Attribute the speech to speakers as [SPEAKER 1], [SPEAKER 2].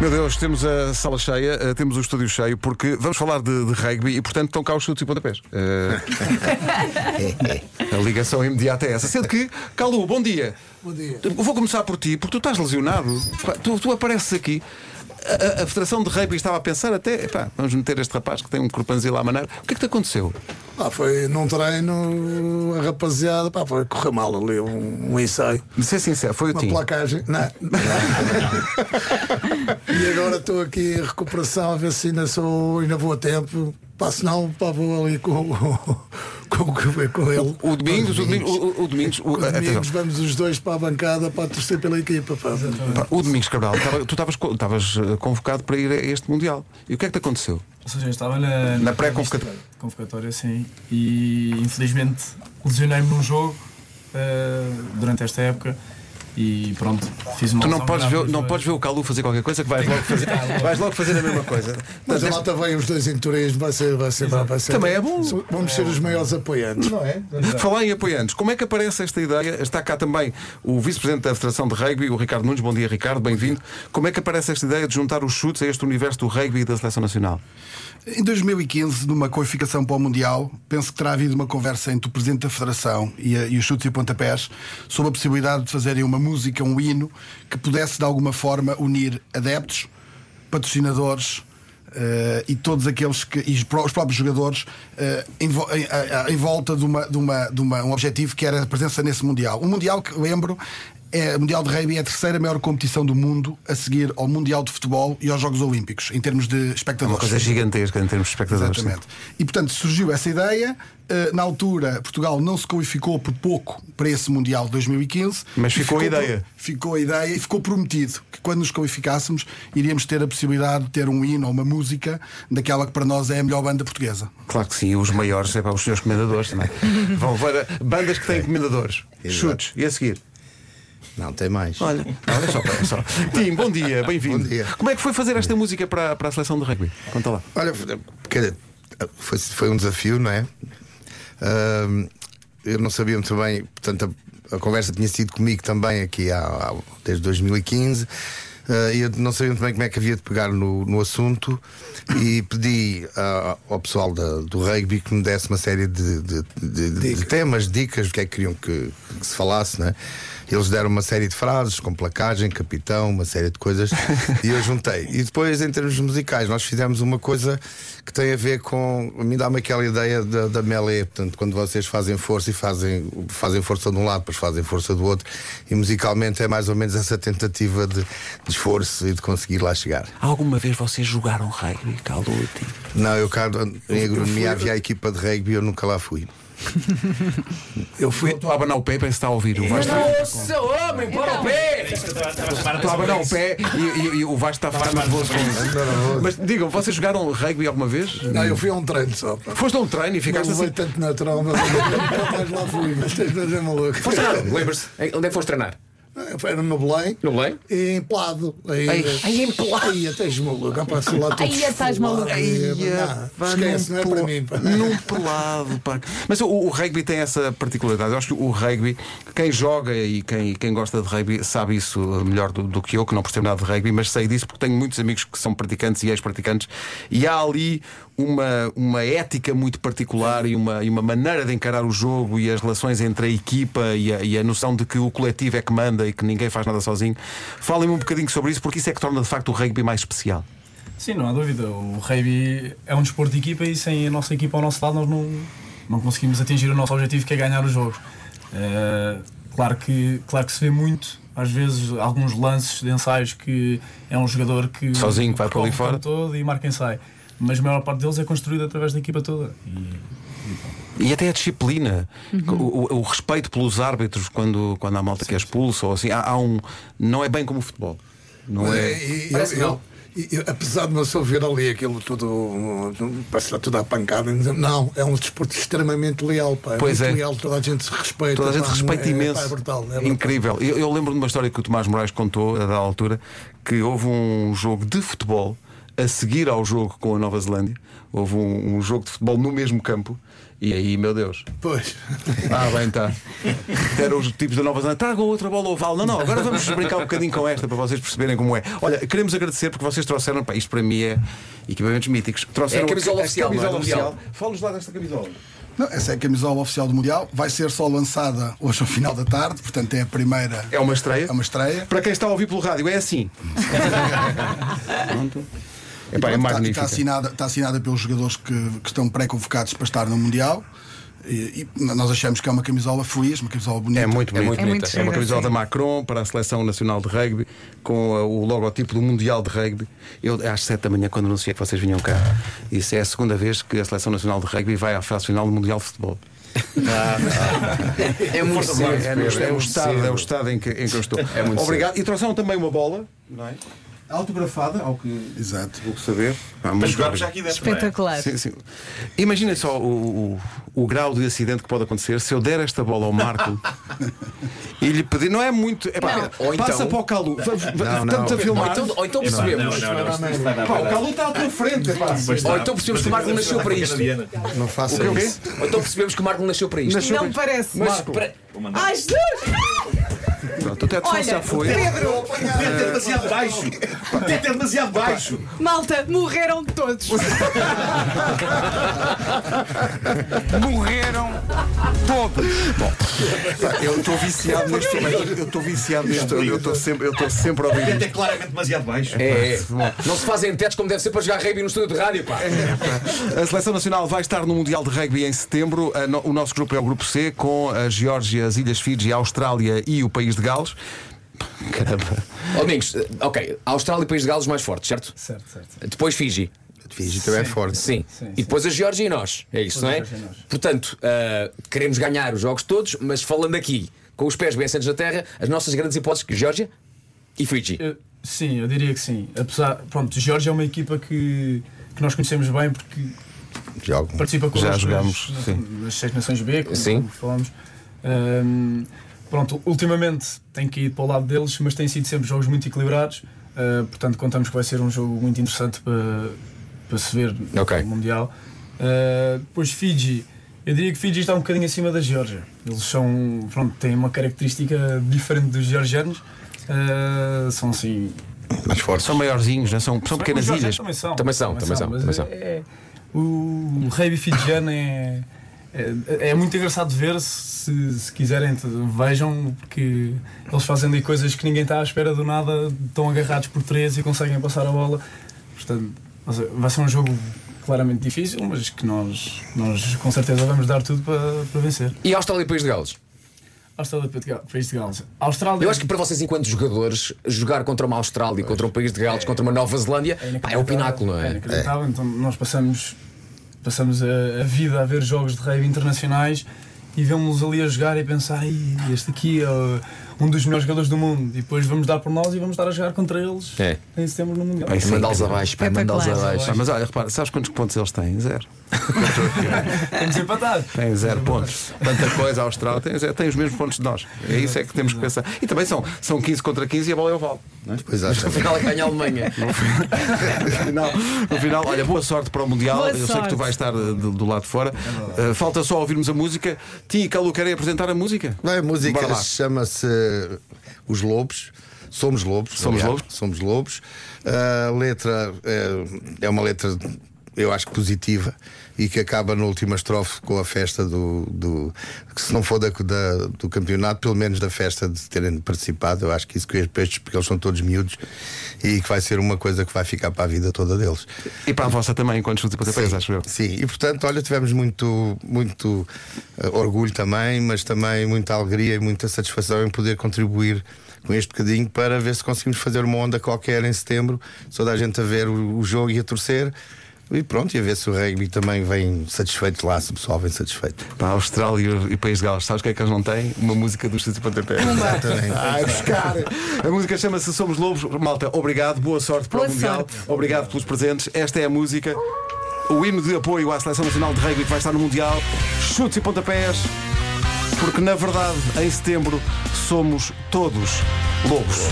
[SPEAKER 1] Meu Deus, temos a sala cheia, eh, temos o estúdio cheio, porque vamos falar de, de rugby e, portanto, estão cá os chutes e pontapés. Eh, a ligação imediata é essa. Sendo que, Calu, bom dia. Bom dia. Vou começar por ti, porque tu estás lesionado. Pá, Tu, tu apareces aqui. A, a- a Federação de Rugby estava a pensar até, epá, vamos meter este rapaz que tem um corpanzil à maneira. O que é que te aconteceu?
[SPEAKER 2] Ah, foi num treino, a rapaziada, pá, foi correr mal ali um, um ensaio.
[SPEAKER 1] De ser sincero, foi o
[SPEAKER 2] Uma
[SPEAKER 1] Tim.
[SPEAKER 2] placagem. Não. é? e agora estou aqui em recuperação a ver se ainda sou, ainda vou a tempo. Pá, se não, pá, vou ali com, com, com, com ele.
[SPEAKER 1] O Domingos, o Domingos, o, o Domingos, o-
[SPEAKER 2] Com o
[SPEAKER 1] atenção.
[SPEAKER 2] Domingos, vamos os dois para a bancada para torcer pela equipa. Pá.
[SPEAKER 1] Pá, O Domingos Cabral, tava- tu estavas co- estavas eh, convocado para ir a este Mundial. E o que é que te aconteceu?
[SPEAKER 3] Ou seja, eu estava na,
[SPEAKER 1] Na pré-convocatória.
[SPEAKER 3] Convocatória, sim. E infelizmente lesionei-me num jogo uh, durante esta época e pronto, fiz uma
[SPEAKER 1] Tu não
[SPEAKER 3] lesão
[SPEAKER 1] podes,
[SPEAKER 3] grave
[SPEAKER 1] ver,
[SPEAKER 3] no
[SPEAKER 1] não
[SPEAKER 3] joelho.
[SPEAKER 1] podes ver o Calu fazer qualquer coisa que vais logo fazer, vais logo fazer a mesma coisa.
[SPEAKER 2] Mas a malta vem os dois em turismo, vai ser, vai ser, vai ser.
[SPEAKER 1] Também é bom.
[SPEAKER 2] Vamos ser os maiores apoiantes, não é?
[SPEAKER 1] Falar em apoiantes, como é que aparece esta ideia? Está cá também o vice-presidente da Federação de Rugby, o Ricardo Nunes. Bom dia, Ricardo, bem-vindo. Como é que aparece esta ideia de juntar os chutes a este universo do rugby e da seleção nacional?
[SPEAKER 4] Em 2015, numa qualificação para o Mundial, penso que terá havido uma conversa entre o Presidente da Federação e, a- e os chutes e pontapés sobre a possibilidade de fazerem uma música, um hino, que pudesse de alguma forma unir adeptos, patrocinadores eh, e todos aqueles que. e os pró- os próprios jogadores eh, em, vo- em- a- a- em volta de, uma, de, uma, de uma- um objetivo que era a presença nesse Mundial. Um Mundial que, lembro, é, o Mundial de Rugby é a terceira maior competição do mundo a seguir ao Mundial de Futebol e aos Jogos Olímpicos, em termos de espectadores.
[SPEAKER 1] É Uma coisa gigantesca em termos de espectadores.
[SPEAKER 4] Exatamente. E portanto surgiu essa ideia. Eh, na altura, Portugal não se qualificou por pouco para esse Mundial de 2015.
[SPEAKER 1] Mas
[SPEAKER 4] E
[SPEAKER 1] ficou a
[SPEAKER 4] pro-
[SPEAKER 1] ideia.
[SPEAKER 4] Ficou a ideia e ficou prometido que quando nos qualificássemos iríamos ter a possibilidade de ter um hino ou uma música daquela que para nós é a melhor banda portuguesa.
[SPEAKER 1] Claro que sim, os maiores, é para os seus comendadores também. Vão ver bandas que têm comendadores,
[SPEAKER 5] Exato.
[SPEAKER 1] chutes, e a seguir.
[SPEAKER 5] Não, tem mais.
[SPEAKER 1] Olha, olha só, olha só. Tim, bom dia, bem-vindo.
[SPEAKER 5] Bom dia.
[SPEAKER 1] Como é que foi fazer esta música para, para a seleção de rugby? Conta lá.
[SPEAKER 5] Olha, quer dizer, foi, foi um desafio, não é? Ahm, eu não sabia muito bem, portanto, a, a conversa tinha sido comigo também aqui há, há- desde 2015. ah, e eu não sabia muito bem como é que havia de pegar no, no assunto e pedi ah, ao pessoal da- do rugby que me desse uma série de, de- de- de temas, dicas, o que é que queriam que, que se falasse, né? Eles deram uma série de frases, com placagem, capitão, uma série de coisas, e eu juntei. E depois, em termos musicais, nós fizemos uma coisa que tem a ver com. A mim dá-me aquela ideia da, da melee, portanto, quando vocês fazem força e fazem, fazem força de um lado, depois fazem força do outro, e musicalmente é mais ou menos essa tentativa de, de esforço e de conseguir lá chegar.
[SPEAKER 1] Alguma vez vocês jogaram rugby, Caldo Tipo, e Tim?
[SPEAKER 5] Não, eu, cara, em agronomia havia a equipa de rugby, eu nunca lá fui.
[SPEAKER 1] Eu fui. Estou a abanar o pé, parece que está a ouvir. O Vasco tá Então,
[SPEAKER 6] Nossa, homem, para o
[SPEAKER 1] é
[SPEAKER 6] pé!
[SPEAKER 1] Estou a abanar o pé e, e- e o Vasco tá está a ficar nervoso com isso. Mas digam, vocês jogaram rugby alguma vez?
[SPEAKER 2] Não, eu fui a um treino só. Pá.
[SPEAKER 1] Foste a um treino e
[SPEAKER 2] Não
[SPEAKER 1] ficaste
[SPEAKER 2] levei
[SPEAKER 1] assim.
[SPEAKER 2] tanto na tromba, nunca mais lá fui, mas tens de ser maluco.
[SPEAKER 6] Lembras-se? Onde é que foste treinar?
[SPEAKER 2] Era no Belém.
[SPEAKER 6] No Belém?
[SPEAKER 2] E em Plado. Aí, eh,
[SPEAKER 1] Ai, ai, em Plado.
[SPEAKER 2] Aí, tens maluco. Rapaz, fui lá todo
[SPEAKER 7] Ai, é, eh, estás maluco.
[SPEAKER 2] esfolado, e,
[SPEAKER 1] Eia,
[SPEAKER 2] eh, não,
[SPEAKER 1] pá,
[SPEAKER 2] Esquece,
[SPEAKER 1] num
[SPEAKER 2] não é para
[SPEAKER 1] pela-
[SPEAKER 2] mim. pá.
[SPEAKER 1] Num pelado, pá. Mas o, o rugby tem essa particularidade. Eu acho que o rugby, quem joga e quem, quem gosta de rugby sabe isso melhor do, do que eu, que não percebo nada de rugby, mas sei disso porque tenho muitos amigos que são praticantes e ex-praticantes. E há ali uma, uma ética muito particular e uma, e uma maneira de encarar o jogo e as relações entre a equipa e a, e a noção de que o coletivo é que manda e que ninguém faz nada sozinho. Falem-me um bocadinho sobre isso, porque isso é que torna de facto o rugby mais especial.
[SPEAKER 3] Sim, não há dúvida. O rugby é um desporto de equipa e sem a nossa equipa ao nosso lado nós não, não conseguimos atingir o nosso objetivo que é ganhar os jogos. Eh, claro, que, claro que se vê muito, às vezes, alguns lances de ensaios que é um jogador que.
[SPEAKER 1] Sozinho, que vai para ali
[SPEAKER 3] corre o
[SPEAKER 1] fora.
[SPEAKER 3] campo todo e marca ensaio. Mas a maior parte deles é construída através da equipa toda.
[SPEAKER 1] E até a disciplina, o, o- o respeito pelos árbitros quando, quando há malta que é expulso ou assim, há, há um. Não é bem como o futebol. Não é?
[SPEAKER 2] E- e- eu- eu- e- eu- apesar de me só ver ali aquilo tudo, um, parece lá tudo à pancada, não, é um desporto extremamente leal, pá.
[SPEAKER 1] Pois
[SPEAKER 2] muito
[SPEAKER 1] é.
[SPEAKER 2] leal, toda a gente se respeita.
[SPEAKER 1] Toda a gente
[SPEAKER 2] pá,
[SPEAKER 1] respeita
[SPEAKER 2] é-
[SPEAKER 1] imenso.
[SPEAKER 2] pá, É, brutal, é brutal.
[SPEAKER 1] Incrível. Eu, eu lembro de uma história que o Tomás Moraes contou, a da altura, que houve um jogo de futebol a seguir ao jogo com a Nova Zelândia. Houve um, um jogo de futebol no mesmo campo E aí, meu Deus.
[SPEAKER 4] Pois.
[SPEAKER 1] Ah, bem, tá. Eram os tipos da Nova Zelândia. Tragam outra bola oval. Não, não, agora vamos brincar um bocadinho com esta para vocês perceberem como é. Olha, queremos agradecer porque vocês trouxeram, pá, isto para mim é equipamentos míticos. Trouxeram
[SPEAKER 6] É a camisola oficial,
[SPEAKER 1] camisola
[SPEAKER 6] não é? Do Mundial.
[SPEAKER 1] oficial. Fala-nos lá desta camisola.
[SPEAKER 4] Não, essa é a camisola oficial do Mundial. Vai ser só lançada hoje ao final da tarde, portanto é a primeira.
[SPEAKER 1] É uma estreia?
[SPEAKER 4] É uma estreia.
[SPEAKER 1] Para quem está a ouvir pelo rádio, é assim. Pronto. É, pá, é
[SPEAKER 4] Está-
[SPEAKER 1] magnífica.
[SPEAKER 4] Está tá- assinada, está assinada pelos jogadores que, que estão pré-convocados para estar no Mundial. E, e nós achamos que é uma camisola feliz, uma camisola bonita.
[SPEAKER 1] É muito
[SPEAKER 6] É
[SPEAKER 1] bonito.
[SPEAKER 6] muito
[SPEAKER 1] É,
[SPEAKER 6] bonita.
[SPEAKER 7] muito
[SPEAKER 1] uma
[SPEAKER 7] gira,
[SPEAKER 1] camisola
[SPEAKER 7] sim.
[SPEAKER 1] da Macron para a Seleção Nacional de Rugby, com eh, o logotipo do Mundial de Rugby. Eu, às 7 da manhã, quando anunciei que vocês vinham cá, disse: é a segunda vez que a Seleção Nacional de Rugby vai à fase final do Mundial de Futebol.
[SPEAKER 6] É muito cedo.
[SPEAKER 1] É, no- é o
[SPEAKER 6] muito
[SPEAKER 1] estado,
[SPEAKER 6] cedo.
[SPEAKER 1] é o estado em que, em que eu estou.
[SPEAKER 6] É muito
[SPEAKER 1] Obrigado. E trouxeram também uma bola, não é? Autografada, ao que
[SPEAKER 4] Exato.
[SPEAKER 1] vou saber. Ah, muito
[SPEAKER 8] Mas jogarmos já
[SPEAKER 1] obrigado.
[SPEAKER 8] aqui dentro. não é?
[SPEAKER 7] Espetacular.
[SPEAKER 1] Sim, sim. Imaginem só o, o, o grau de acidente que pode acontecer se eu der esta bola ao Marco e lhe pedir. Não é muito. É pá,
[SPEAKER 6] Não. Ou
[SPEAKER 1] passa
[SPEAKER 6] então-
[SPEAKER 1] para o Calu. Va- va-
[SPEAKER 5] Não, não.
[SPEAKER 1] Estamos a
[SPEAKER 6] Ou
[SPEAKER 1] filmar.
[SPEAKER 6] então, ou então percebemos.
[SPEAKER 8] Não, não, não, não, isto vai dar-
[SPEAKER 1] Pá, o Calu está à tua frente. é Pá.
[SPEAKER 8] Pois está.
[SPEAKER 6] Ou então percebemos
[SPEAKER 8] Mas
[SPEAKER 6] que o Marco
[SPEAKER 8] depois
[SPEAKER 6] nasceu para
[SPEAKER 8] vai
[SPEAKER 6] isto.
[SPEAKER 8] Canadiana.
[SPEAKER 5] Não faça
[SPEAKER 1] O quê?
[SPEAKER 5] isso.
[SPEAKER 6] Ou então percebemos que o Marco nasceu para isto.
[SPEAKER 7] Não parece.
[SPEAKER 6] Mas para-
[SPEAKER 8] Vou mandar.
[SPEAKER 7] Ai, Jesus!
[SPEAKER 1] Pronto, até a
[SPEAKER 7] Olha,
[SPEAKER 1] já foi.
[SPEAKER 7] Pedro,
[SPEAKER 8] O teto é demasiado baixo. O teto é demasiado baixo.
[SPEAKER 7] malta, morreram todos.
[SPEAKER 1] Morreram todos. é Bom, pá, eu estou viciado neste momento. Eu estou viciado neste Eu estou sempre, eu estou sempre a
[SPEAKER 8] O
[SPEAKER 1] ouvir
[SPEAKER 8] teto
[SPEAKER 1] isto.
[SPEAKER 8] é claramente demasiado baixo.
[SPEAKER 6] É, é. Não se fazem tetos como deve ser para jogar rugby no estúdio de rádio, pá.
[SPEAKER 1] A seleção nacional vai estar no Mundial de Rugby em setembro. A no- O nosso grupo é o Grupo C, com a Geórgia, as Ilhas Fiji, a Austrália e o País de Gales. Caramba.
[SPEAKER 6] Ó, Domingos, eh, ok, a Austrália e País de Galos mais forte, certo?
[SPEAKER 3] Certo, certo.
[SPEAKER 6] Depois Fiji.
[SPEAKER 5] Fiji também é forte.
[SPEAKER 6] Sim.
[SPEAKER 3] Sim,
[SPEAKER 6] E depois a Geórgia e nós. É isso, não é?
[SPEAKER 3] Depois a Geórgia e nós.
[SPEAKER 6] Portanto, ah, queremos ganhar os jogos todos, mas falando aqui, com os pés bem assentos na terra, as nossas grandes hipóteses, que Geórgia e Fiji.
[SPEAKER 3] Eu- sim, eu diria que sim. Apesar, pronto, Jorge é uma equipa que, que nós conhecemos bem porque
[SPEAKER 5] Jogo.
[SPEAKER 3] participa com
[SPEAKER 1] Já
[SPEAKER 3] os-
[SPEAKER 1] jogámos,
[SPEAKER 3] os-
[SPEAKER 1] sim.
[SPEAKER 3] nas seis nações B, como,
[SPEAKER 6] Sim.
[SPEAKER 3] como falamos. Ahm, pronto, ultimamente tem que ir para o lado deles, mas têm sido sempre jogos muito equilibrados. Ah, portanto, contamos que vai ser um jogo muito interessante para, para se ver no
[SPEAKER 6] Ok.
[SPEAKER 3] Mundial. Ah, depois Fiji. Eu diria que Fiji está um bocadinho acima da Geórgia. Eles são, pronto, têm uma característica diferente dos georgianos. Ah, são assim,
[SPEAKER 5] Mais forte.
[SPEAKER 1] São maiorzinhos, não é? são, são pequenas
[SPEAKER 3] os Jorge
[SPEAKER 1] ilhas.
[SPEAKER 3] Também são,
[SPEAKER 6] Também são, também são,
[SPEAKER 3] mas
[SPEAKER 6] também são.
[SPEAKER 3] é- é- o rugby fijiano é, é, é muito engraçado de ver. Se, se quiserem, te- vejam, porque eles fazem ali coisas que ninguém está à espera do nada, estão agarrados por três e conseguem passar a bola. Portanto, vai ser- vai ser um jogo claramente difícil, mas que nós, nós com certeza vamos dar tudo para, para vencer.
[SPEAKER 6] E a Austrália e País de Galos?
[SPEAKER 3] Austrália para País de Gales. Austrália.
[SPEAKER 6] Eu acho que para vocês, enquanto jogadores, jogar contra uma Austrália, contra um País de Galos, contra uma Nova Zelândia,
[SPEAKER 3] É
[SPEAKER 6] pá, é o pináculo, não
[SPEAKER 3] É
[SPEAKER 6] é?
[SPEAKER 3] inacreditável. Então, nós passamos, passamos a, a vida a ver jogos de rave internacionais e vemos-los ali a jogar e pensar, "Ei, este aqui é uh, um dos melhores jogadores do mundo. E depois vamos dar por nós e vamos estar a jogar contra eles
[SPEAKER 6] É.
[SPEAKER 3] em setembro no Mundial.
[SPEAKER 1] É isso.
[SPEAKER 6] Mandá-los abaixo, pá,
[SPEAKER 7] Espetacular.
[SPEAKER 6] mandá-los abaixo.
[SPEAKER 1] Ah, mas olha, repara, sabes quantos pontos eles têm? Zero.
[SPEAKER 3] Temos empatado.
[SPEAKER 1] Têm zero pontos. Tanta coisa, a Austrália tem, zero- tem os mesmos pontos de nós. É isso é que temos que pensar. E também são, são 15 contra 15 e a bola é oval.
[SPEAKER 5] Pois é, também.
[SPEAKER 6] Afinal, ganha a Alemanha.
[SPEAKER 1] No final, no final, olha, boa sorte para o Mundial.
[SPEAKER 7] Boa
[SPEAKER 1] Eu sei que
[SPEAKER 7] sorte. É
[SPEAKER 1] tu vais estar eh, do, do lado de fora. Eh, falta só ouvirmos a música. Ti e Calu querem apresentar a música?
[SPEAKER 5] Vai, é? a
[SPEAKER 1] Bora
[SPEAKER 5] música
[SPEAKER 1] lá.
[SPEAKER 5] chama-se Os Lobos. Somos Lobos.
[SPEAKER 1] Somos
[SPEAKER 5] aliás,
[SPEAKER 1] Lobos.
[SPEAKER 5] Somos Lobos. A letra eh, é uma letra, eu acho que positiva, e que acaba na última estrofe com a festa do. do- que se não for da, da- do campeonato, pelo menos da festa de terem participado. Eu acho que isso que estes, porque eles são todos miúdos, e que vai ser uma coisa que vai ficar para a vida toda deles.
[SPEAKER 1] E para a vossa também, enquanto chute para
[SPEAKER 5] Sim,
[SPEAKER 1] acho eu.
[SPEAKER 5] Sim, e portanto, olha, tivemos muito, muito eh, orgulho também, mas também muita alegria e muita satisfação em poder contribuir com este bocadinho para ver se conseguimos fazer uma onda qualquer em setembro, toda a gente a ver o, o jogo e a torcer. E pronto, e a ver se o rugby também vem satisfeito lá, se o pessoal vem satisfeito.
[SPEAKER 1] Para a Austrália e o País de Gales, sabes o que é que eles não têm? Uma música dos Chutes e Pontapés.
[SPEAKER 5] Exatamente.
[SPEAKER 1] Ah, é buscar. A música chama-se Somos Lobos. Malta, obrigado, boa sorte para
[SPEAKER 7] Boa
[SPEAKER 1] o Mundial.
[SPEAKER 7] sorte.
[SPEAKER 1] Obrigado pelos presentes. Esta é a música. O hino de apoio à Seleção Nacional de Rugby que vai estar no Mundial. Chutes e pontapés. Porque, na verdade, em setembro somos todos lobos.